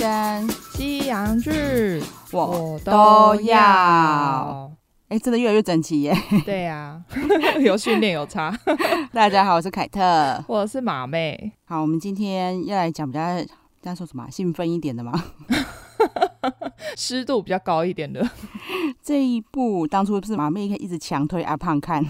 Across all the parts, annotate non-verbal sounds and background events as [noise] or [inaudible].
跟西洋剧我都要。。哎，真的越来越整齐耶！ [laughs] 对啊呀、 [laughs] 有训练有差。大家好，我是凯特。我是马妹，好，我们今天要来讲比较，大家说什么啊兴奋一点的嘛。 [laughs] 湿度比较高一点的，这一部当初不是马妹一直强推阿胖看，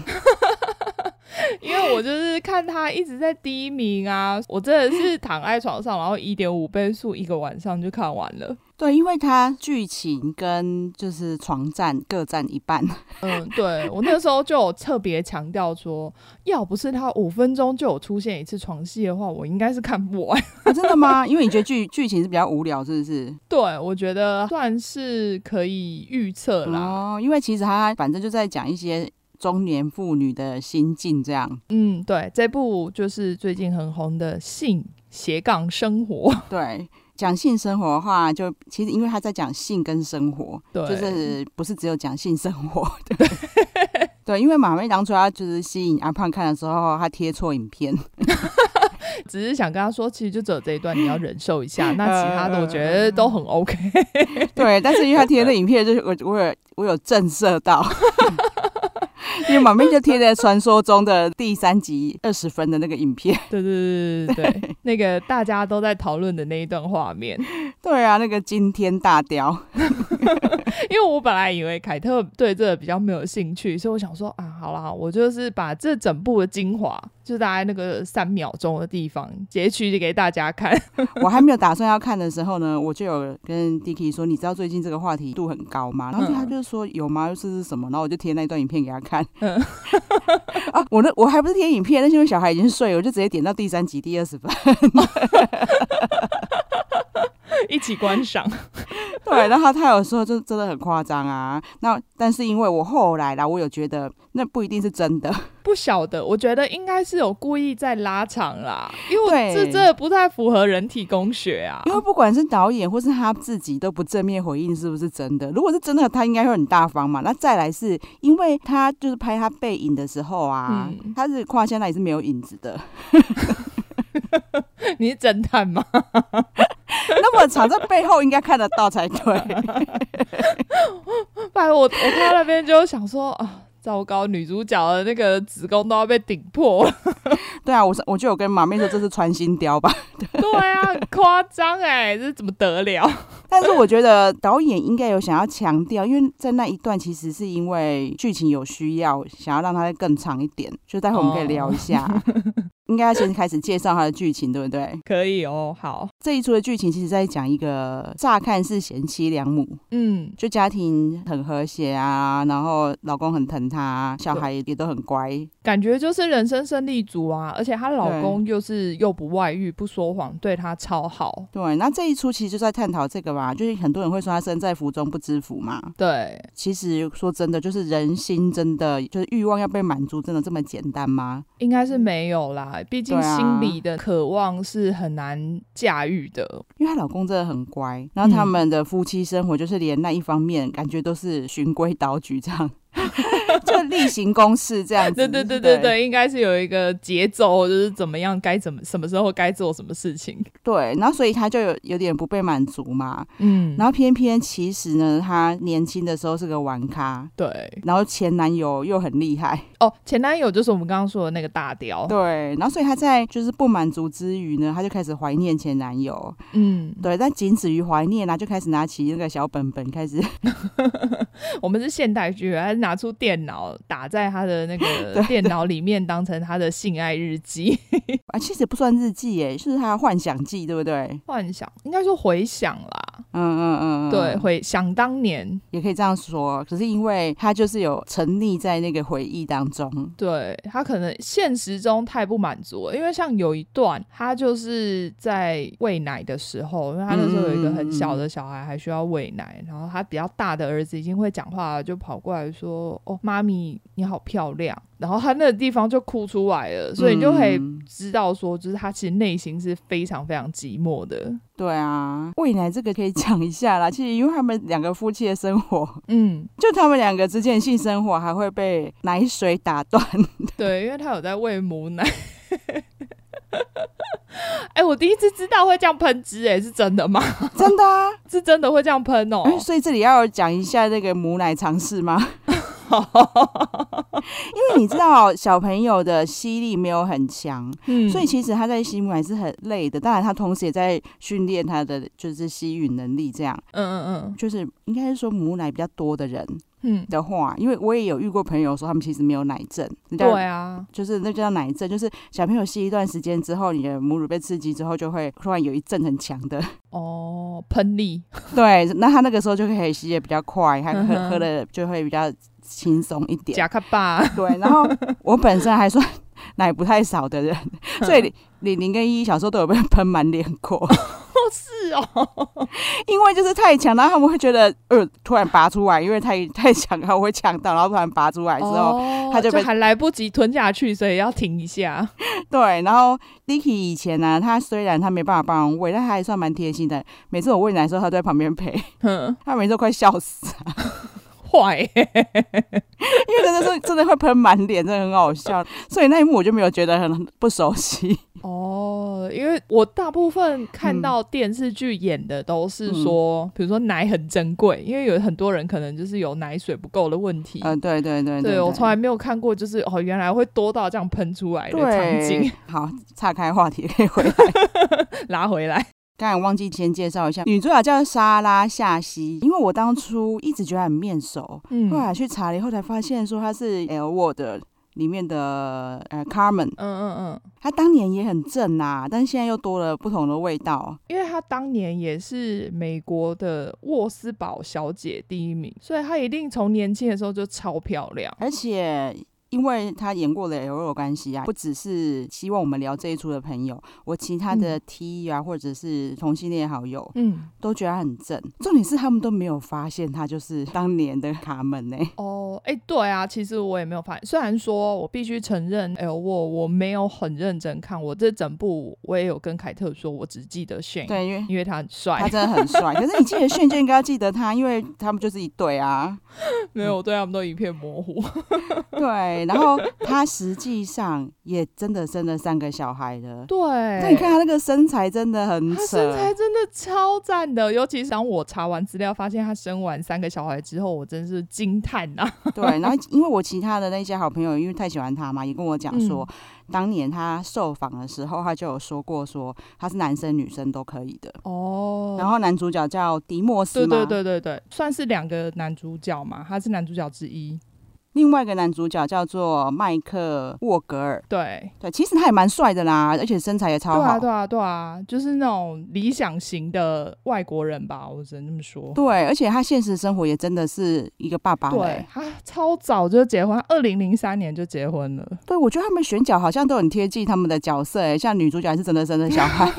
[laughs] 因为我就是看她一直在低迷啊，我真的是躺在床上，然后一点五倍速一个晚上就看完了。对，因为它剧情跟就是床战各占一半。 [laughs] 嗯，对我那时候就有特别强调说，要不是她五分钟就有出现一次床戏的话，我应该是看不完。啊真的吗？因为你觉得剧剧情是比较无聊，是不是？ [laughs] 对我觉得算是可以预测啦。哦，因为其实它反正就在讲一些中年妇女的心境这样。嗯，对，这部就是最近很红的《性斜杠生活》对，讲性生活的话，就其实因为他在讲性跟生活，对就是不是只有讲性生活，对。 [laughs] 对，因为马妹当初她就是吸引阿胖看的时候，她贴错影片，只是想跟他说，其实就只有这一段你要忍受一下，那其他的我觉得都嗯很 OK。 [laughs] 对，但是因为她贴的影片，就是我我有我有震慑到， [laughs] 因为马妹就贴在传说中的第三集二十分的那个影片， [laughs] 对对对对对对，那个大家都在讨论的那一段画面，对啊，那个惊天大雕，因为我本来以为凯特对这个比较没有兴趣，所以我想说啊，好啦，我就是把这整部的精华，就大概那个三秒钟的地方截取给大家看。 [laughs] [laughs] 我还没有打算要看的时候呢，我就有跟 Dicky 说，你知道最近这个话题度很高吗？然后他就说有吗？又是是什么？然后我就贴那一段影片给他看。嗯 [laughs] 啊，我那我还不是贴影片，那是因为小孩已经睡了，我就直接点到第三集第二十分。一起观赏，对，然后他有说就真的很夸张啊。那但是因为我后来啦，我有觉得那不一定是真的。不晓得，我觉得应该是有故意在拉长啦，因为我对这真的不太符合人体工学啊。因为不管是导演或是他自己都不正面回应是不是真的。如果是真的，他应该会很大方嘛。那再来是因为他就是拍他背影的时候啊，嗯他是胯下那里是没有影子的， [laughs] [laughs] 你是侦探吗？那么藏在背后应该看得到才对。 [laughs] 拜我我看到那边就想说啊，糟糕，女主角的那个子宫都要被顶破了。对啊，我是我就有跟马妹说这是穿心雕吧， [laughs] [laughs] 对啊，很 [laughs] 夸张哎，这怎么得了？但是我觉得导演应该有想要强调，因为在那一段其实是因为剧情有需要，想要让它再更长一点，就待会我们可以聊一下。应该要先开始介绍它的剧情，对不对？可以哦，好，这一出的剧情其实在讲一个乍看是贤妻良母，嗯，就家庭很和谐啊，然后老公很疼她，啊小孩也都很乖，感觉就是人生胜利组啊，而且她老公又是又不外遇、不说谎，对她超好。对，那这一出其实就在探讨这个嘛，就是很多人会说他身在福中不知福嘛。对，其实说真的，就是人心真的就是欲望要被满足，真的这么简单吗？应该是没有啦，毕竟对啊心里的渴望是很难驾驭的。因为她老公真的很乖，然后嗯他们的夫妻生活就是连那一方面感觉都是循规蹈矩这样， [laughs] 就例行公事这样子。对对对对对，应该是有一个节奏，就是怎么样该怎么什么时候该做什么事情。对，然后所以他就有有点不被满足嘛。嗯，然后偏偏其实呢，她年轻的时候是个玩咖，对，然后前男友又很厉害。哦，前男友就是我们刚刚说的那个大雕， [laughs] 对，然后所以她在就是不满足之余呢，她就开始怀念前男友。嗯，对，但仅止于怀念啊，就开始拿起那个小本本开始。 [laughs] 我们是现代剧，还是拿出电脑打在他的那对 [laughs] 个对电脑里面，当成他的性爱日记、 [laughs] 啊，其实也不算日记耶，是她的幻想记，对不对？幻想，应该说回想啦，嗯嗯嗯，嗯对，，回想当年，也可以这样说。可是因为她就是有沉溺在那个回忆当中。对他可能现实中太不满足了，因为像有一段，他就是在喂奶的时候，因为他那时候有一个很小嗯的小孩还需要喂奶，然后他比较大的儿子已经会讲话了，就跑过来说：“哦，妈咪，你好漂亮。”然后他那个地方就哭出来了，所以你就可以嗯知道说，就是他其实内心是非常非常寂寞的。对啊，未来这个可以讲一下啦。其实因为他们两个夫妻的生活， [laughs] 嗯，就他们两个之间的性生活还 [laughs] 会被奶水打断。对，因为他有在喂母奶， [laughs] 哎、我第一次知道会这样喷汁、哎，是真的吗？真的啊。是真的会这样喷哦、哎所以这里要讲一下那个母奶尝试 [laughs] 吗？因为你知道小朋友的吸力没有很强，嗯所以其实他在吸母奶是很累的。当然，他同时也在训练他的就是吸吮能力。这样嗯嗯就是应该是说母奶比较多的人嗯嗯，的话，因为我也有遇过朋友说他们其实没有奶症，那叫对啊，就是那叫奶症，就是小朋友吸一段时间之后，你的母乳被刺激之后，就会突然有一阵很强 [laughs] 的，哦，喷力，对，那他那个时候就可以吸的比较快，他嗯喝、哼喝的就会比较轻松一点。夹克 [laughs] 吧，对，然后我本身还算奶不太少的人，嗯所以李李宁跟依依小时候都有被喷满脸过，是哦，因为就是太强，然后他们会觉得呃突然拔出来，因为太太强，然后会呛到，然后突然拔出来之后，哦他就被还来不及吞下去，所以要停一 [laughs] 下。对，然后 Dicky 以前呢、他虽然他没办法帮我喂，但他还算蛮贴心的，每次我喂奶的时候，他都在旁边陪， [laughs] 哼，他每次都快笑死，坏、因为真的是真的会喷满脸，真的很好笑，所以那一幕我就没有觉得很不熟悉，哦，因为我大部分看到嗯电视剧演的都是说，比如说奶很珍贵，因为有很多人可能就是有奶水不够的问题。嗯、对对对对我从来没有看过，就是哦，原来会多到这样喷出来的场对景。， [laughs] 好，岔开话题可以回来。 [laughs] 拉回来，刚才忘记先介绍一下，女主角叫莎拉夏西，因为我当初一直觉得很面熟，嗯后来去查了以后才发现说她是《L Word》里面的呃 Carmen，嗯嗯嗯，她当年也很正啊，但现在又多了不同的味道。因为她当年也是美国的沃斯堡小姐第一名，所以她一定从年轻的时候就超漂亮。而且因为他演过的《有有关系》啊，不只是希望我们聊这一出的朋友，我其他的 T 啊，或者是同性恋好友嗯，都觉得他很正。重点是他们都没有发现他就是当年的卡门呢、哦，哎，对啊，其实我也没有发现，虽然说我必须承认，哎，我我没有很认真看，我这整部我也有跟凯特说，我只记得 Shane，对，因为因为他很他 [laughs] 帅，真的很帅。可是你记得炫就应该要记得他，因为他们就是一对啊。没有我对他们都一片模糊。嗯对，然后他实际上也真的生了三个小孩了。对，那你看他那个身材真的很她身材扯，真的超赞的，尤其是当我查完资料发现她生完三个小孩之后，我真是惊叹啊呐、对。然后因为我其他的那些好朋友，因为太喜欢他嘛，也跟我讲嗯说，当年他受访的时候，他就有说过说他是男生女生都可以的。哦然后男主角叫迪莫斯对嘛，对对对对，算是两个男主角嘛，他是男主角之一。另外一个男主角叫做麦克沃格尔，对，对，其实他也蛮帅的啦，而且身材也超对好啊，，对啊，对啊，就是那种理想型的外国人吧，我只能这么说。对，而啊且他现实生活也真的是一个爸爸嘞对，他超早就结婚，二零零三年就结婚了。对我觉得他们选角好像都很贴近他们的角色哎，像女主角还是真的生的小孩。，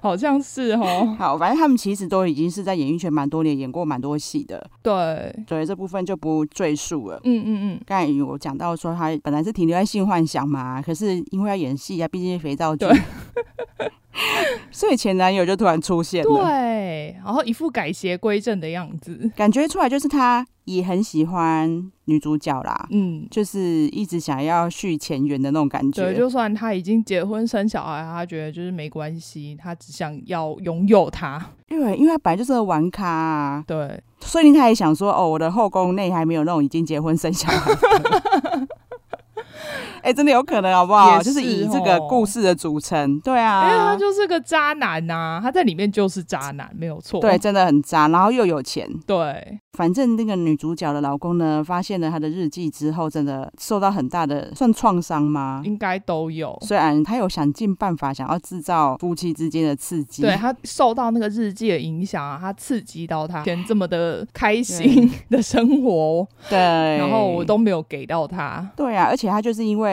好像是 [laughs] 哦好，反正他们其实都已经是在演艺圈蛮多年，演过蛮多戏的，对，所以这部分就不赘述了。嗯嗯嗯，刚才有讲到说他本来是停留在性幻想嘛，可是因为要演戏啊，毕竟是肥皂剧对， [laughs] 所以前男友就突然出现了，对，然后一副改邪归正的样子，感觉出来就是他也很喜欢女主角啦，嗯。就是一直想要续前缘的那种感觉。对，就算他已经结婚生小孩，他觉得就是没关系，他只想要拥有他。对，因为他本来就是个玩咖啊，对，所以他也想说，哦，我的后宫内还没有那种已经结婚生小孩的。 [laughs] 哎、真的有可能好不好？也就是是以这个哦故事的组成，对因为他啊，就是个渣男呐、他在里面就是渣男，没有错。对，真的很渣，然后又有钱。对，反正那个女主角的老公呢，发现了她的日记之后，真的受到很大的算创伤吗？应该都有。虽然他有想尽办法想要制造夫妻之间的刺激，对他受到那个日记的影响啊，他刺激到他以前这么的开心的生活，对，然然后我都没有给到他。对啊，而且他就是因为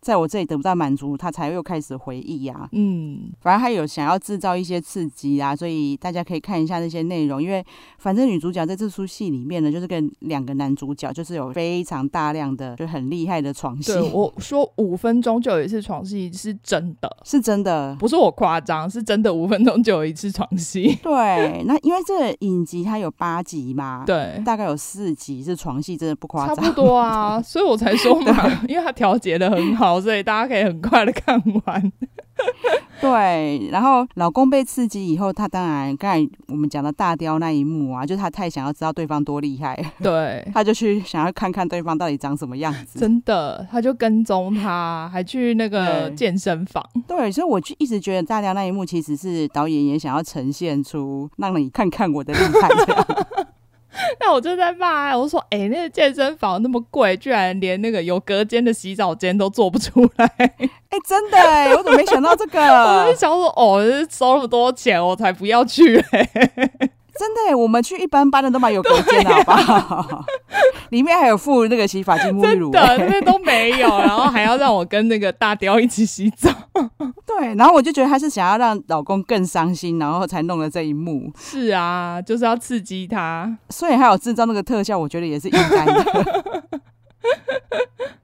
在我这里得不到满足，他才又开始回忆呀、啊。嗯，反正他有想要制造一些刺激啊，所以大家可以看一下那些内容。因为反正女主角在这出戏里面呢，就是跟两个男主角就是有非常大量的就很厉害的床戏对，，我说五分钟就有一次床戏是真的，是真的。不是我夸张，是真的五分钟就有一次床 [laughs] 戏。对，那因为这个影集它有八集嘛，，对，大概有四集是床戏，真的不夸差张。 [laughs] 不多啊，所以我才说嘛，因为他调节的很好聊，所以大家可以很快的看 [laughs] 完。对，然后老公被刺激以后，他当然刚才我们讲的大雕那一幕啊，就是他太想要知道对方多厉害，对，他就去想要看看对方到底长什么样子。真的，他就跟踪他，还去那个对健身房。 [laughs] 对，所以我就一直觉得大雕那一幕其实是导演也想要呈现出让你看看我的厉害这样。 [laughs] [laughs] 那我就在骂、啊，我说：“哎、那个健身房那么贵，居然连那个有隔间的洗澡间都做不出来。哎、真的哎、我怎么没想到这我就个？想说：“哦，这收那么多钱，我才不要去、欸。真的哎、我们去一般般的都蛮有隔间的，好不好？ [laughs] 里面还有附那个洗发精沐浴真乳、的，哎那边都没有，然后还要让我跟那个大雕一起洗 [laughs] 澡。对，然后我就觉得他是想要让老公更伤心，然后才弄了这一幕，是啊，就是要刺激他。所以还有制造那个特效，我觉得也是应该的。 [laughs]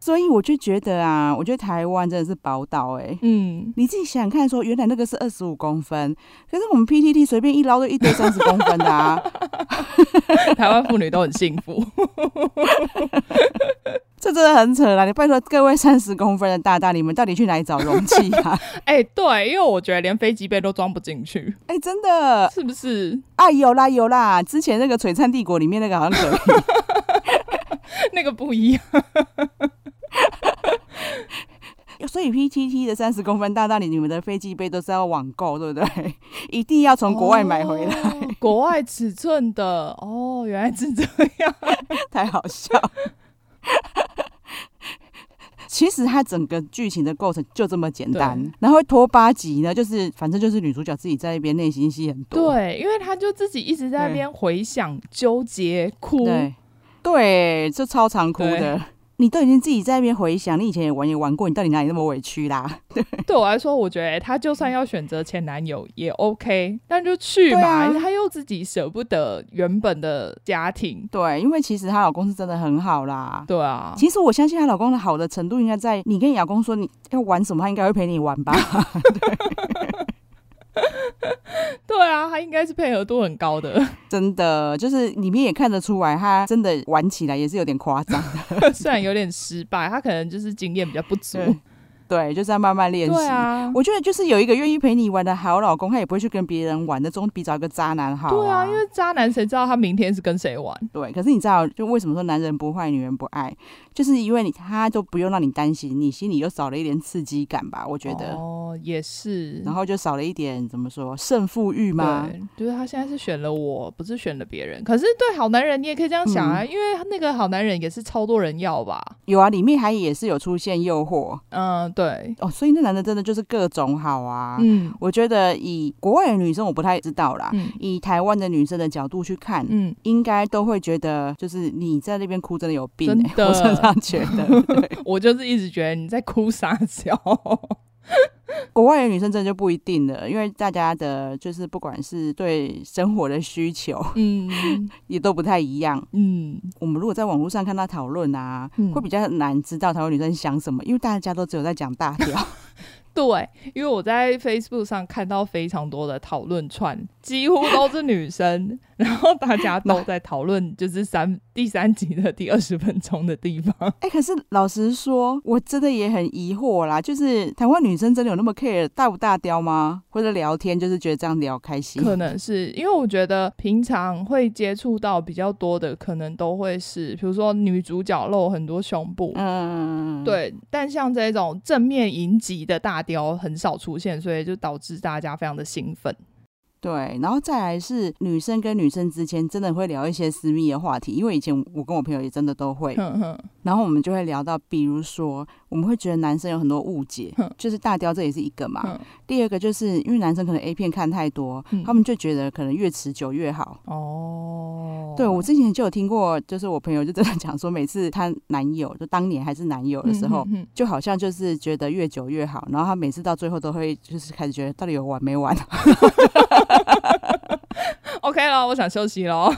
所以我就觉得啊，我觉得台湾真的是宝岛哎、 [laughs] 嗯，你自己想想看，说原来那个是二十五公分，可是我们 PTT 随便一捞就一堆 [laughs] 三十公分的啊，台湾妇女都很幸福。这真的很扯啦！你拜托各位三十公分的大大，你们到底去哪里找容器 [laughs] 啊？哎、对，因为我觉得连飞机杯都装不进去，哎、真的是不是？啊，有啦有啦，之前那个《璀璨帝国》里面那个好像可以，那个不一样。 [laughs] 所以 PTT 的三十公分大大，你你们的飞机杯都是要网购，对不对？一定要从国外买回来，哦国外尺寸的哦，原来是这 [laughs] 样。太好笑 [laughs] 了。其实它整个剧情的构成就这么简单对，然后拖八集呢，就是反正就是女主角自己在那边内心戏很多，对，啊因为他就自己一直在那边回想、纠结、哭。对，对，这超常哭的对。你都已经自己在那边回想，你以前也玩也玩过，你到底哪里那么委屈啦？对我来说，我觉得哎他就算要选择前男友也 OK，但就去嘛，对啊他又自己舍不得原本的家庭。对，因为其实她老公是真的很好啦。对啊，其实我相信她老公的好的程度，应该在你跟你老公说你要玩什么，他应该会陪你玩 [laughs] 吧。对啊，他应该是配合度很高的， [laughs] 真的，就是里面也看得出来，他真的玩起来也是有点夸张。虽然有点失败，他可能就是经验比较不足。对对，就是要慢慢练习。对啊，我觉得就是有一个愿意陪你玩的好老公，他也不会去跟别人玩的，总比找一个渣男好、对啊，因为渣男谁知道他明天是跟谁玩？对，可是你知道，就为什么说男人不坏，女人不爱，就是因为你他都不用让你担心，你心里又少了一点刺激感吧？我觉得，哦，也是。然后就少了一点怎么说胜负欲嘛。对，就是他现在是选了我，不是选了别人。可是对好男人，你也可以这样想啊，因啊为那个好男人也是超多人要吧？有啊，里面还也是有出现诱惑嗯，对，哦，所以那男的真的就是各种好啊。嗯我觉得以国外的女生我不太知道啦，嗯以台湾的女生的角度去看。嗯，应该都会觉得，就是你在那边哭真的有病、真欸，的我常常觉得， [laughs] 对我就是一直觉得你在哭傻笑。国外的女生真的就不一定了，因为大家的就是不管是对生活的需求 [laughs] 嗯 [laughs] 也都不太一样。嗯，我们如果在网络上看到讨论啊，嗯会比较难知道台湾女生想什么，因为大家都只有在讲大调。对，因为我在 Facebook 上看到非常多的讨论串，几乎都是女生， [laughs] 然后大家都在讨论就是三第三集的第二十分钟的地方。哎、可是老实说，我真的也很疑惑啦，就是台湾女生真的有那么 care 大不大雕吗？或者聊天就是觉得这样聊开心？可能是因为我觉得平常会接触到比较多的，可能都会是，比如说女主角露很多胸部，嗯，对。但像这种正面迎击的大雕很少出现，所以就导致大家非常的兴奋。对，然后再来是女生跟女生之间真的会聊一些私密的话题，因为以前我跟我朋友也真的都会，哼哼，然后我们就会聊到，比如说，我们会觉得男生有很多误解哼，就是大雕这也是一个嘛。哼第二个就是因为男生可能 A 片看太多，嗯他们就觉得可能越持久越好。哦，对我之前就有听过，就是我朋友就真的讲说，每次她男友就当年还是男友的时候，嗯哼哼就好像就是觉得越久越好，然后她每次到最后都会就是开始觉得到底有完没完。 OK 了，我想休息了。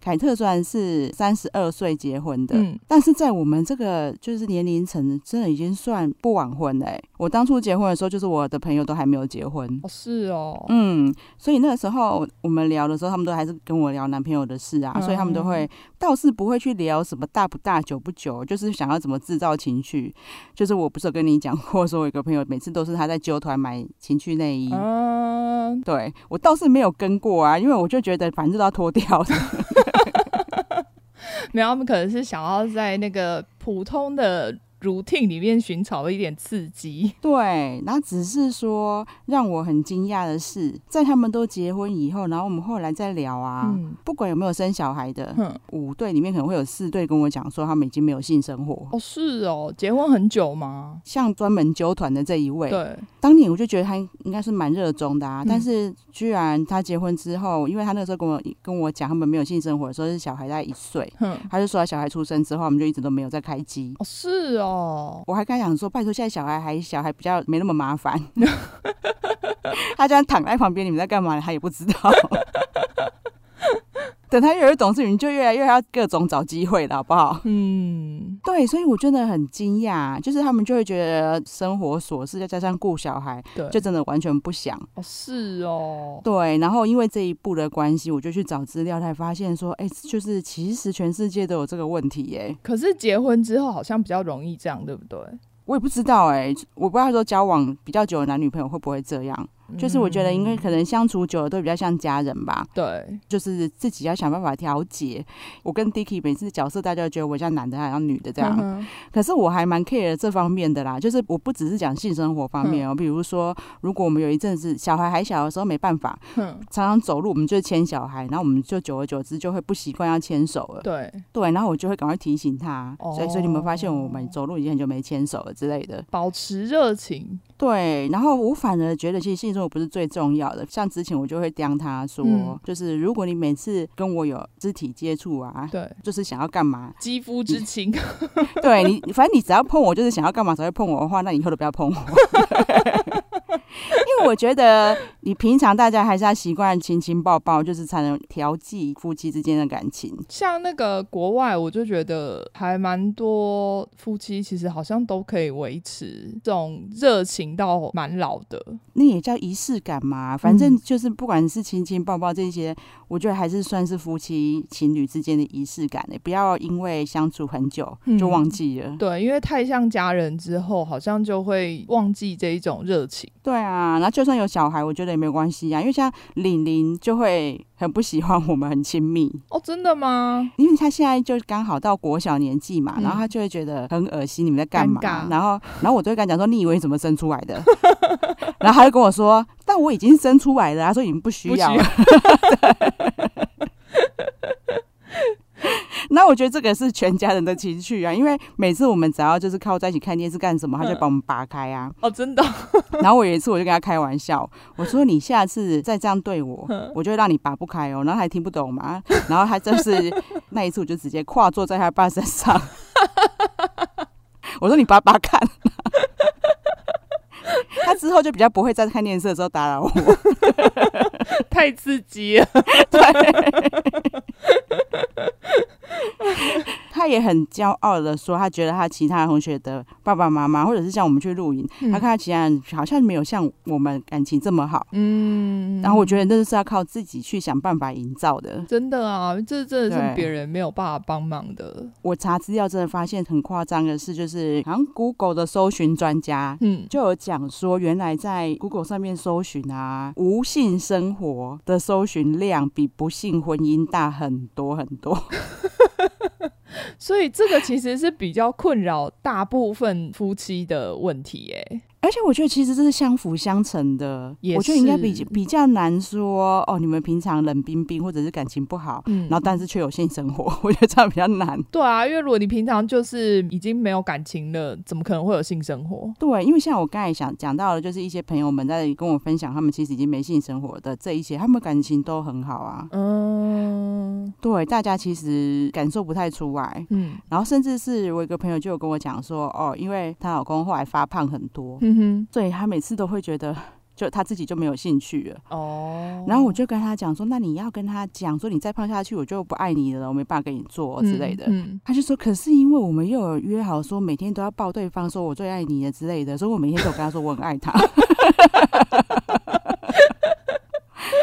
凯特虽然是三十二岁结婚的，嗯但是在我们这个就是年龄层，真的已经算不晚婚嘞、我当初结婚的时候，就是我的朋友都还没有结婚。哦是哦，嗯，所以那个时候我们聊的时候，他们都还是跟我聊男朋友的事啊，嗯所以他们都会倒是不会去聊什么大不大、久不久，就是想要怎么制造情趣。就是我不是有跟你讲过，说我有一个朋友每次都是他在纠团买情趣内衣，啊，对我倒是没有跟过啊，因为我就觉得反正都要脱 [laughs] 掉的。没有，他们可能是想要在那个普通的 routine 里面寻找一点刺激。对，然后只是说让我很惊讶的是，在他们都结婚以后，然后我们后来再聊啊，嗯，不管有没有生小孩的，哼，五对里面可能会有四对跟我讲说他们已经没有性生活。哦是哦，结婚很久吗？像专门纠团的这一位，对，当年我就觉得他应该是蛮热衷的啊，嗯但是居然他结婚之后，因为他那个时候跟我跟我讲他们没有性生活的时候，是小孩在一岁，哼，他就说他小孩出生之后，他们就一直都没有在开机。哦是哦，我还跟他讲说，拜托，现在小孩还小，还比较没那么麻 [laughs] 烦。 [laughs] 他居然躺在旁边，你们在干嘛？他也不知道。 [laughs] 等他越来越懂事，你就越来越要各种找机会了，好不好？嗯，对，所以我真的很惊讶，就是他们就会觉得生活琐事再加上顾小孩，对，就真的完全不想。哦是哦，对，然后因为这一步的关系，我就去找资料，才发现说，哎、就是其实全世界都有这个问题耶、可是结婚之后好像比较容易这样，对不对？我也不知道哎、我不知道说交往比较久的男女朋友会不会这样。就是我觉得嗯应该可能相处久了都比较像家人吧，对，就是自己要想办法调节。我跟 Dicky 每次角色大家都觉得我像男的，好像女的这样，嗯哼可是我还蛮 care 这方面的啦，就是我不只是讲性生活方面嗯哦、比如说如果我们有一阵子小孩还小的时候没办法，哼，常常走路我们就牵小孩，然后我们就久而久之就会不习惯要牵手了，对，对，然后我就会赶快提醒他，哦所以所以你有没有发现我们走路已经很久没牵手了之类的，保持热情，对，然后我反而觉得，其实性生活不是最重要的。像之前我就会刁他说，嗯就是如果你每次跟我有肢体接触啊，对，？就是想要干嘛肌肤之亲， [laughs] 对你，反正你只要碰我，就是想要干嘛才会碰我的话，那以后都不要碰 [laughs] 我。因为我觉得你平常大家还是要习惯亲亲抱抱，就是才能调剂夫妻之间的感情。像那个国外，我就觉得还蛮多夫妻其实好像都可以维持这种热情到蛮老的。那也叫仪式感嘛。反正嗯就是不管是亲亲抱抱这些，我觉得还是算是夫妻情侣之间的仪式感的、不要因为相处很久嗯就忘记了。对，因为太像家人之后，好像就会忘记这一种热情。对啊，然后就算有小孩，我觉得也没有关系啊，因为像玲玲就会很不喜欢我们很亲密，哦，真的吗？因为她现在就刚好到国小年纪嘛，嗯然后她就会觉得很恶心，你们在干嘛尴？尬然后，然后我就会跟她讲说，你以为你怎么生出来的？ [laughs] 然后她就跟我说，但我已经生出来了啊，她说你们不需不需要要。 [laughs] 那我觉得这个是全家人的情绪啊，因为每次我们只要就是靠在一起看电视干什么，嗯他就把我们拔开啊。哦，真的。 [laughs] 然后我有一次我就跟他开玩笑，我说你下次再这样对我，我就会让你拔不开哦。然后他还听不懂嘛，然后他就是那一次我就直接跨坐在他爸身上，我说你拔拔看。啊 [laughs] 他之后就比较不会在看电视的时候打扰我。 [laughs] 太刺激了。他也很骄傲的说，他觉得他其他同学的爸爸妈妈，或者是像我们去露营，他看到其他人好像没有像我们感情这么好。嗯然后我觉得那就是要靠自己去想办法营造的。真的啊，这真的对是别人没有办法帮忙的。我查资料真的发现很夸张的是，就是好像 Google 的搜寻专家嗯，就有讲说，原来在 Google 上面搜寻啊，无性生活的搜寻量比不幸婚姻大很多很多。所以这个其实是比较困扰大部分夫妻的问题耶、而且我觉得其实这是相辅相成的，也我觉得应该比是比较难说哦，你们平常冷冰冰或者是感情不好，嗯然后但是却有性生活， [laughs] 我觉得这样比较难。对啊，因为如果你平常就是已经没有感情了，怎么可能会有性生活？对，因为像我刚才想讲到的，就是一些朋友们在跟我分享，他们其实已经没性生活的这一些，他们感情都很好啊。嗯对，大家其实感受不太出来。嗯然后甚至是我有一个朋友就有跟我讲说，哦，因为她老公后来发胖很多，嗯哼，所以她每次都会觉得。就他自己就没有兴趣了。哦，然后我就跟他讲说，那你要跟他讲说，你再胖下去我就不爱你了，我没办法跟你做、之类的。嗯，嗯他就说，可是因为我们又有约好说每天都要抱对方说我最爱你了之类的，所以我每天都有跟他说我很爱他。 [laughs]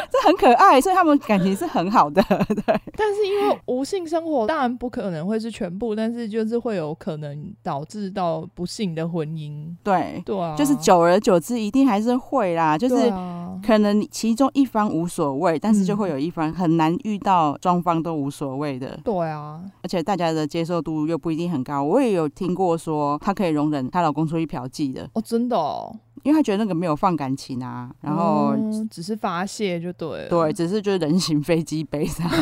这很可爱，所以他们感情是很好的。对，但是因为无性生活，当然不可能会是全部，但是就是会有可能导致到不幸的婚姻。对，对啊，就是久而久之一定还是会啦，就对是啊可能其中一方无所谓，但是就嗯会有一方很难遇到双方都无所谓的，对啊，而且大家的接受度又不一定很高。我也有听过说她可以容忍她老公出去嫖妓的，哦，真的哦。因为她觉得那个没有放感情啊，然后。嗯只是发泄就对了。对，，只是就是人形飞机杯上。 [laughs]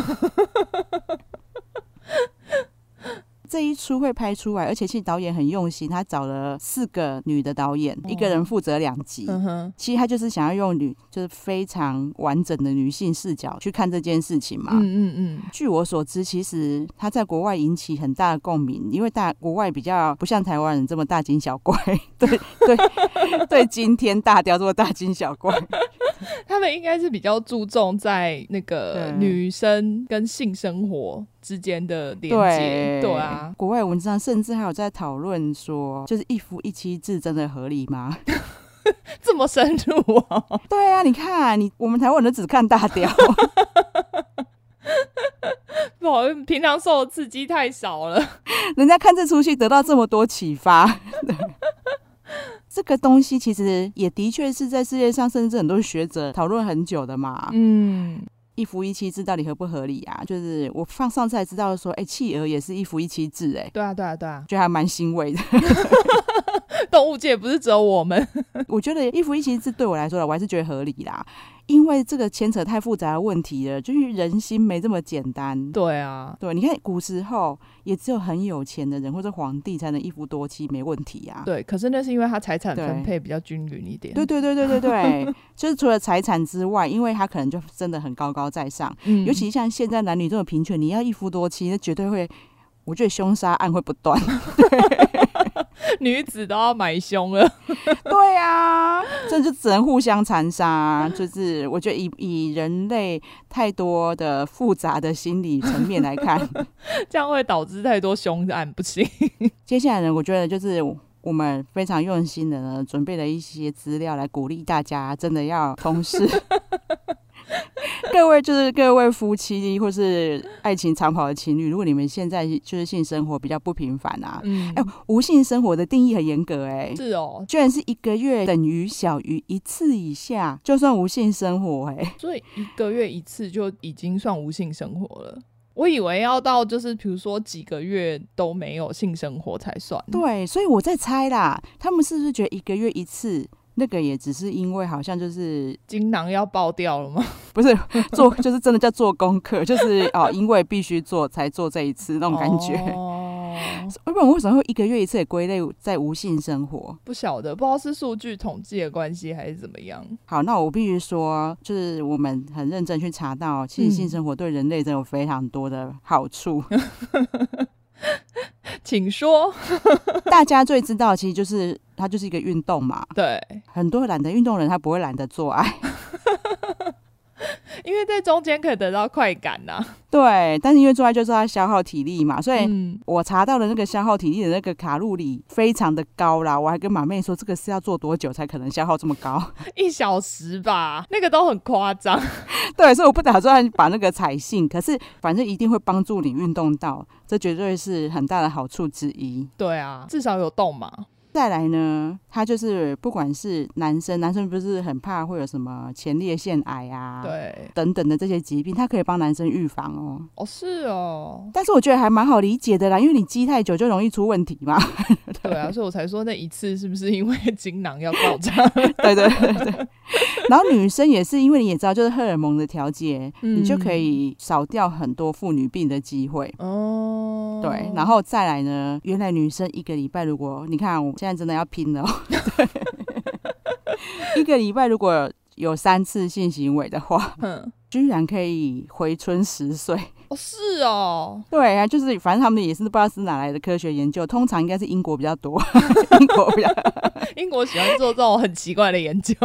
这一出会拍出来，而且其实导演很用心，他找了四个女的导演，一个人负责两集。哦嗯哼，其实他就是想要用女，就是非常完整的女性视角去看这件事情嘛。嗯嗯嗯，据我所知，其实他在国外引起很大的共鸣，因为大国外比较不像台湾人这么大惊小怪， [laughs] 对对对，今天大雕这么大惊小怪，他们应该是比较注重在那个对女生跟性生活之间的连接。对对啊，国外文章甚至还有在讨论说，就是一夫一妻制真的合理吗？这么深入哦。 [laughs] [laughs] 对啊，你看你我们台湾人都只看大雕，不好意思，平常受的刺激太少了。 [laughs] 人家看这出戏得到这么多启发。 [laughs] 对这个东西其实也的确是在世界上，甚至很多学者讨论很久的嘛。嗯，一夫一妻制到底合不合理啊？就是我放上次才知道说，哎、企鹅也是一夫一妻制、哎，对啊，对啊，对啊，觉得还蛮欣慰的。动物界不是只有我们。我觉得一夫一妻制对我来说啦，我还是觉得合理啦，因为这个牵扯太复杂的问题了，就是人心没这么简单。对啊，对，你看古时候也只有很有钱的人或者皇帝才能一夫多妻，没问题啊。对，可是那是因为他财产对分配比较均匀一点。对对对对对对， [laughs] 就是除了财产之外，因为他可能就真的很高高在上，嗯尤其像现在男女这么贫穷，你要一夫多妻，那绝对会，我觉得凶杀案会不断。 [laughs] 女子都要买凶了。 [laughs] [laughs] 对啊，这就只能互相残杀。啊就是我觉得以以人类太多的复杂的心理层面来看，这样会导致太多凶案，[laughs] 不行。接下来呢，我觉得就是我们非常用心的呢，准备了一些资料来鼓励大家，真的要同事。 [laughs] 各位就是各位夫妻或是爱情长跑的情侣，如果你们现在就是性生活比较不频繁啊，嗯，哎、无性生活的定义很严格哎、是哦，居然是一个月等于小于一次以下，就算无性生活、欸， [laughs] 哎，所以一个月一次就已经算无性生活了。我以为要到就是比如说几个月都没有性生活才算。对，啊所以我在猜啦，他们是不是觉得一个月一次，那个也只是因为好像就是精囊要爆掉了吗？不是 [laughs] 做，就是真的叫做功课，就是哦，因为必须做才做这一次那那种感觉。哦，要不然我为什么会一个月一次也归类在无性生活？不晓得，不知道是数据统计的关系还是怎么样。好，那我必须说，就是我们很认真去查到，其实性嗯生活对人类真的有非常多的好处。请说。大家最知道，其实就是它就是一个运动嘛，对，很多懒得运动的人，他不会懒得做爱， [laughs] 因为在中间可以得到快感呐、对。但是因为做爱就是要消耗体力嘛，所以嗯，我查到的那个消耗体力的那个卡路里非常的高啦。我还跟马妹说，这个是要做多久才可能消耗这么高？ [laughs] [laughs] 一小时吧，那个都很夸张。 [laughs] 对，所以我不打算把那个采信，可是反正一定会帮助你运动到，这绝对是很大的好处之一。对啊，至少有动嘛。再来呢，它就是不管是男生，男生不是很怕会有什么前列腺癌啊，。对，等等的这些疾病，它可以帮男生预防哦。哦是 [laughs] 哦，但是我觉得还蛮好理解的啦，因为你积太久就容易出问题 [laughs] 嘛。对啊，所以我才说那一次是不是因为 [laughs] 精囊要爆炸？ [laughs] 对对对对。然后女生也是，因为你也知道，就是荷尔蒙的调节，嗯你就可以少掉很多妇女病的机会。哦，对，然后再来呢，原来女生一个礼拜，如果你看我现在真的要拼 [laughs] 了哦，对，一个礼拜如果有三次性行为的话，嗯，居然可以回春十岁。哦哦，是哦，对啊，就是反正他们也是不知道是哪来的科学研究，通常应该是英国比较多，英国比较英国喜欢做这种很奇怪的研究。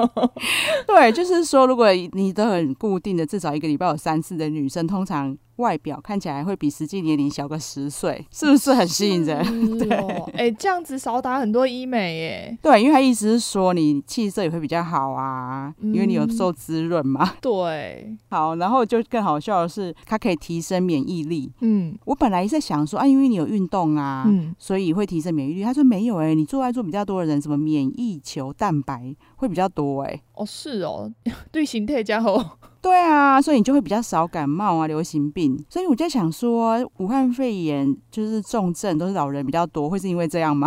对，就是说如果你都很固定的，至少一个礼拜有三次的女生，通常外表看起来会比实际年龄小个十岁，是不是很 [laughs] 吸 [laughs] 引人？是哦，哎、这样子少打很多医美耶。 [laughs] 对，因为他意思是说你气色也会比较好啊，因为你有嗯受滋润嘛。 [laughs] 对，好，然后就更好笑的是，它可以提升免疫力。嗯我本来在想说啊，因为你有运动啊，嗯，所以会提升免疫力。他说没有哎、你做爱做比较多的人，什么免疫球蛋白会比较多哎、哦是哦， [laughs] 对形态加厚。 [laughs] 对啊，所以你就会比较少感冒啊、流行病。所以我在想说，武汉肺炎就是重症都是老人比较多，会是因为这样吗？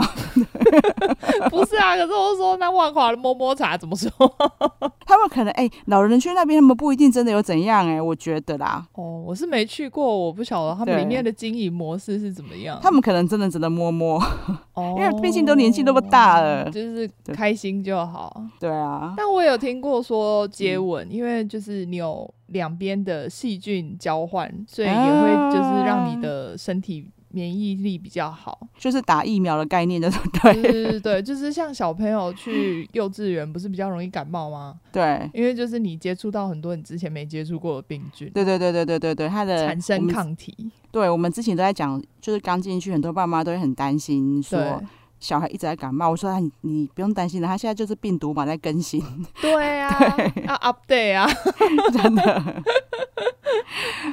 不是啊，可是我说那万华的摸摸茶怎么说？他们可能哎、老人去那边，他们不一定真的有怎样哎、我觉得啦，哦，我是没去过，我不晓得他们对里面的经营模式是怎么样。他们可能真的只能摸摸。哦，因为毕竟都年纪那么大了就是对开心就好。对啊，但我有听过说接嗯吻，因为就是你有两边的细菌交换，所以也啊会就是让你的身体免疫力比较 [laughs] 好。就是打疫苗的概念，就是对对对对对，就是像小朋友去幼稚园，不是比较容易感冒吗？对因为就是你接触到很多你之前没接触过的病菌，对对对对对对对，他的产生我们抗体。对，我们之前都在讲，就是刚进去，很多爸妈都会很担心，对说小孩一直在感冒。我说啊你你不用担心的，他现在就是病毒嘛，在更新，[laughs] 对啊，啊 update 啊，真的。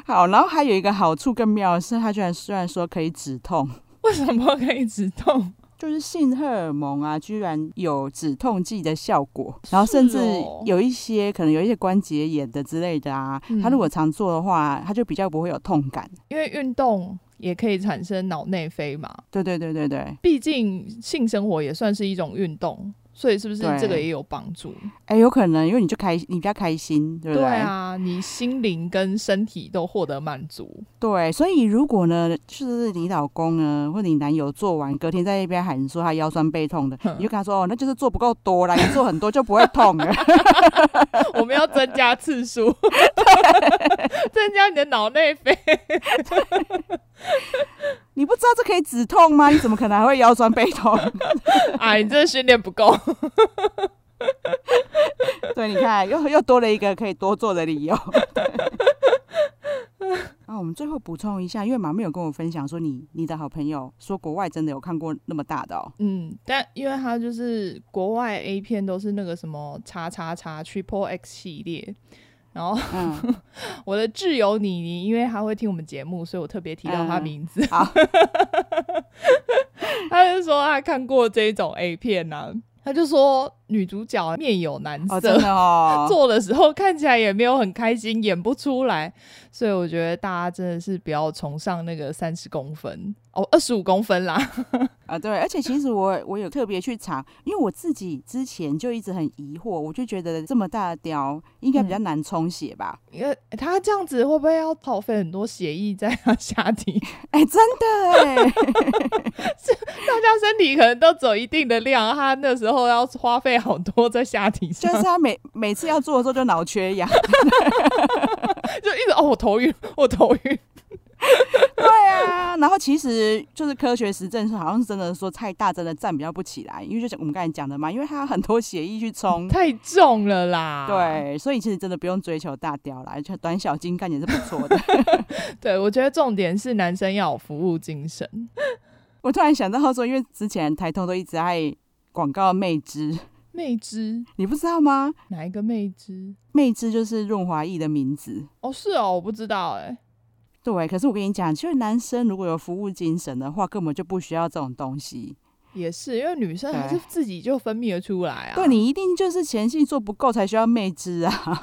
好，然后还有一个好处更妙的是，他居然虽然说可以止痛，为什么可以止痛？就是性荷尔蒙啊，居然有止痛剂的效果，然后甚至是哦有一些可能有一些关节炎的之类的啊，他嗯如果常做的话，他就比较不会有痛感。因为运动也可以产生脑内啡嘛，对对对对对，毕竟性生活也算是一种运动，所以是不是对这个也有帮助？哎，有可能因为你就开你比较开心，对不对啊，你心灵跟身体都获得满足。 [laughs] 对，所以如果呢，就是你老公呢，或者你男友做完，隔天在那边喊说他腰酸背痛的，哼你就跟他说哦，那就是做不够多啦，你做很多就不会痛了。我们要增加次数， [laughs] 增加你的脑内啡。你不知道这可以止痛吗？你怎么可能还会腰酸背痛？哎，你这训练不够。对，你看又又多了一个可以多做的理由。对啊，我们最后补充一下，因为马妹有跟我分享说你，你的好朋友说国外真的有看过那么大的哦。嗯，但因为它就是国外 A 片都是那个什么叉叉叉 Triple X 系列，然后嗯，我的挚友妮妮，因为她会听我们节目，所以我特别提到她名字。嗯好 [laughs] 她就说她看过这种 A 片呐、啊，她就说女主角啊面有难哦，色。真，的哦做的时候看起来也没有很开心，演不出来，所以我觉得大家真的是不要崇尚那个三十公分哦，二十五公分啦。啊，对，而且其实我我有特别去查，因为我自己之前就一直很疑惑，我就觉得这么大的雕应该比较难充血吧？因为她这样子会不会要耗费很多血液在她下体？ [laughs] 哎、真的哎， [laughs] 大家身体可能都走一定的量，她那时候要花费好多在下体就上。是他每每次要做的时候就脑缺氧，就一直哦，我头晕，我头晕。。对啊，然后其实就是科学实证是好像是真的说太大真的站比较不起来，因为就像我们刚才讲的嘛，因为它很多血液去冲太重了啦。 [laughs] 对，所以其实真的不用追求大雕啦，而且短小精干也是不错的。对，我觉得重点是男生要有服务精神。我突然想到说，因为之前台通都一直在广告媚汁，媚汁你不知道吗？哪一个媚汁？媚汁就是润滑液的名字。哦，是哦，我不知道哎、对，可是我跟你讲，就是男生如果有服务精神的话，根本就不需要这种东西。也是因为女生对还是自己就分泌了出来啊。对你一定就是前戏做不够才需要媚汁啊。 [laughs]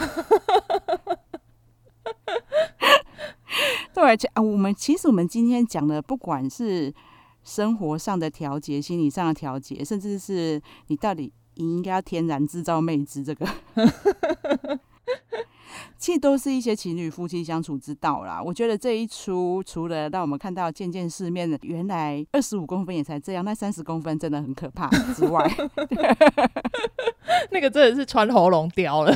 对，而且啊，我们其实我们今天讲的，不管是生活上的调节、心理上的调节，甚至是你到底你应该要天然制造媚汁这个。其实都是一些情侣夫妻相处之道啦。我觉得这一出除了让我们看到见见世面的，原来二十五公分也才这样，那三十公分真的很可怕之外，那个真的是穿喉咙雕了。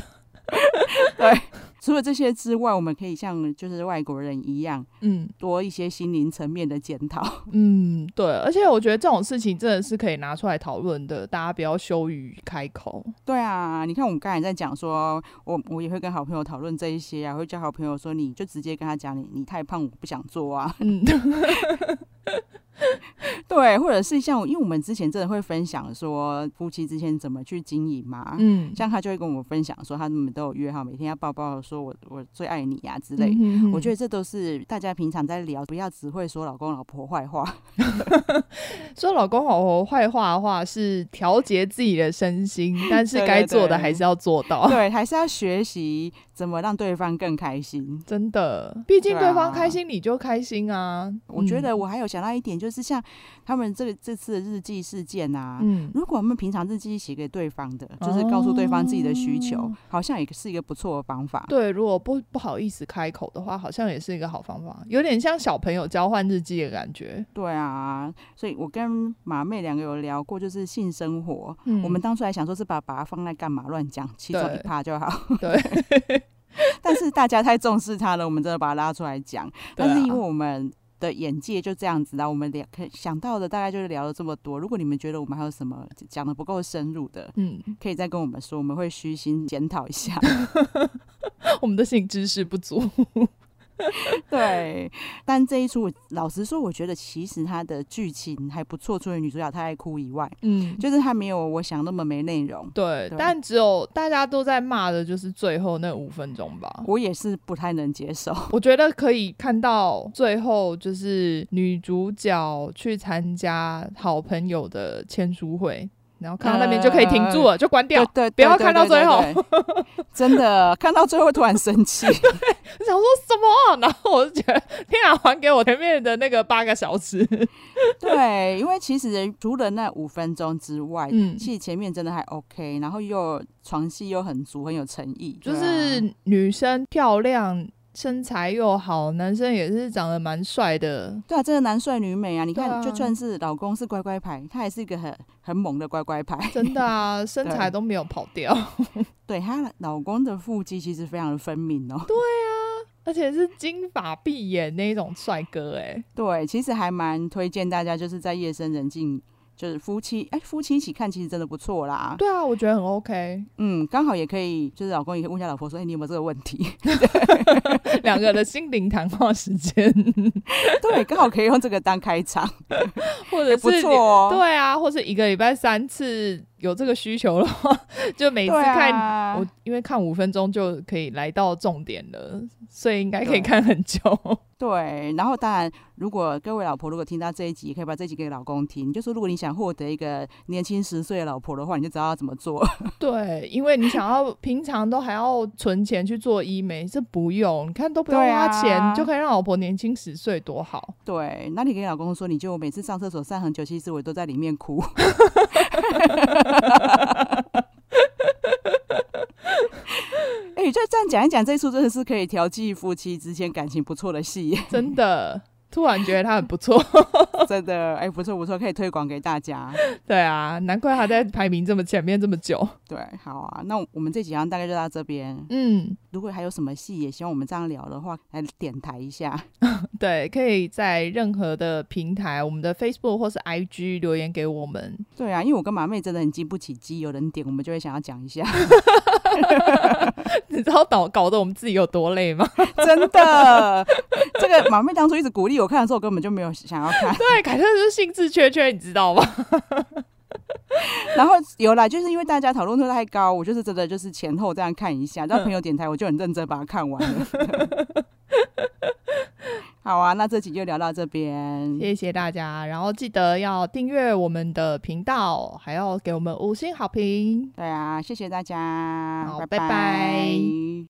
对，除了这些之外，我们可以像就是外国人一样，嗯多一些心灵层面的检讨。 [laughs] 嗯，对，而且我觉得这种事情真的是可以拿出来讨论的，大家不要羞于开口。对啊，你看我们刚才在讲说，我我也会跟好朋友讨论这一些啊，会叫好朋友说，你就直接跟他讲，你你太胖，我不想做啊。嗯， [laughs] 对，或者是像，因为我们之前真的会分享说夫妻之间怎么去经营嘛。嗯，像他就会跟我们分享说，他们都有约好，每天要抱抱，说我我最爱你呀、之类的。嗯哼我觉哼得这都是大家平常在聊，不要只会说老公老婆坏话。说老公老婆坏话的话是调节自己的身 [laughs] 心，但是对对该做对的还是要做到。对，还是要学习怎么让对方更开心。真的，毕竟对对方啊开心你就开心啊。我觉嗯得我还有想到一点，就是像他们这个这次的日记事件啊，嗯，如果我们平常日记写给对方的，就是告诉对方自己的需求，哦好像也是一个不错的方法。对，如果不不好意思开口的话，好像也是一个好方法，有点像小朋友交换日记的感觉。对啊，所以我跟马妹两个有聊过，就是性生活。嗯我们当初还想说是把把它放在干嘛乱讲，其中对一趴就好。对， [laughs] 但是大家太重视它了，我们真的把它拉出来讲。对但是因为啊我们的眼界就这样子啊啦，我们聊可想到的大概就是聊了这么多。如果你们觉得我们还有什么讲的不够深入的，嗯，可以再跟我们说，我们会虚心检讨一 [laughs] 下。我们的性知识不足。对，但这一出我老实说，我觉得其实它的剧情还不错，除了女主角太爱哭以外，嗯，就是它没有我想那么没内容。对，对但只有大家都在骂的就是最后那五分钟吧。我也是不太能接受，我觉得可以看到最后，就是女主角去参加好朋友的签书会，然后看到那边就可以停呃住了，就关掉。对，对不要看到最，对对对对 [laughs] 对真的看到最后会突然生 [laughs] 气。我想说什么啊、然后我就觉得，天啊，还给我前面的那个八个小时。对，因为其实除了那五分钟之外，嗯其实前面真的还 OK，然后又床戏又很足，很有诚意，就对啊是女生漂亮，身材又好，男生也是长得蛮帅的。对啊，真的男帅女美啊！你看，对啊就算是老公是乖乖牌，他也是一个很很猛的乖乖牌。真的 [laughs] 啊，身材都没有跑掉， [laughs] 对她老公的腹肌其实非常的分明哦。对而且是金发碧眼那一种帅哥哎、其实还蛮推荐大家，就是在夜深人静，就是夫妻哎夫妻一起看，其实真的不错啦。 [laughs] 对啊，我觉得很 OK。嗯，刚好也可以，就是老公也可以问一下老婆说，哎、你有没有这个问题？ [laughs] 两个的心灵谈话时 [laughs] 间，对，刚好可以用这个当开 [laughs] 场，或者不是你、错哦。对啊，或是一个礼拜三次有这个需求的话，就每次对看、啊我，因为看五分钟就可以来到重点了，所以应该可以对看很久。对，然后当然，如果各位老婆如果听到这一集，也可以把这一集给老公听。就说如果你想获得一个年轻十岁的老婆的话，你就知道要怎么 [laughs] 做。 [laughs] 对，因为你想要平常都还要存钱去做医美，这不用，你看都不用对花啊钱，就可以让老婆年轻十岁，多好！对，那你给老公说，你就每次上厕所上很久，其实我都在里面哭。 [laughs] 哎、就这样讲一讲，这一出真的是可以调剂夫妻之间感情不错的戏，真的，突然觉得他很不错。 [laughs] [laughs] 真的，哎、不错不错，可以推广给大家。对啊，难怪他在排名这么前面这么久。对，好啊，那我们这几样大概就到这边。嗯，如果还有什么戏，也希望我们这样聊的话，来点台一下。对，可以在任何的平台，我们的 Facebook 或是 IG 留言给我们。 [laughs] 对啊，因为我跟马妹真的很经不起鸡，有人点我们就会想要讲一下， [laughs] 你知道搞搞得我们自己有多累吗？ [laughs] 真的。这个马妹当初一直鼓励我看的时候，我根本就没有想要看。对，凯特就是兴致缺缺，你知道吗？然后有啦，就是因为大家讨论度太高，我就是真的就是前后这样看一下，然后朋友点台我就很认真把它看完了。 [laughs] 好啊，那这集就聊到这边。谢谢大家，然后记得要订阅我们的频道，还要给我们五星好评。对啊，谢谢大家，好拜拜拜拜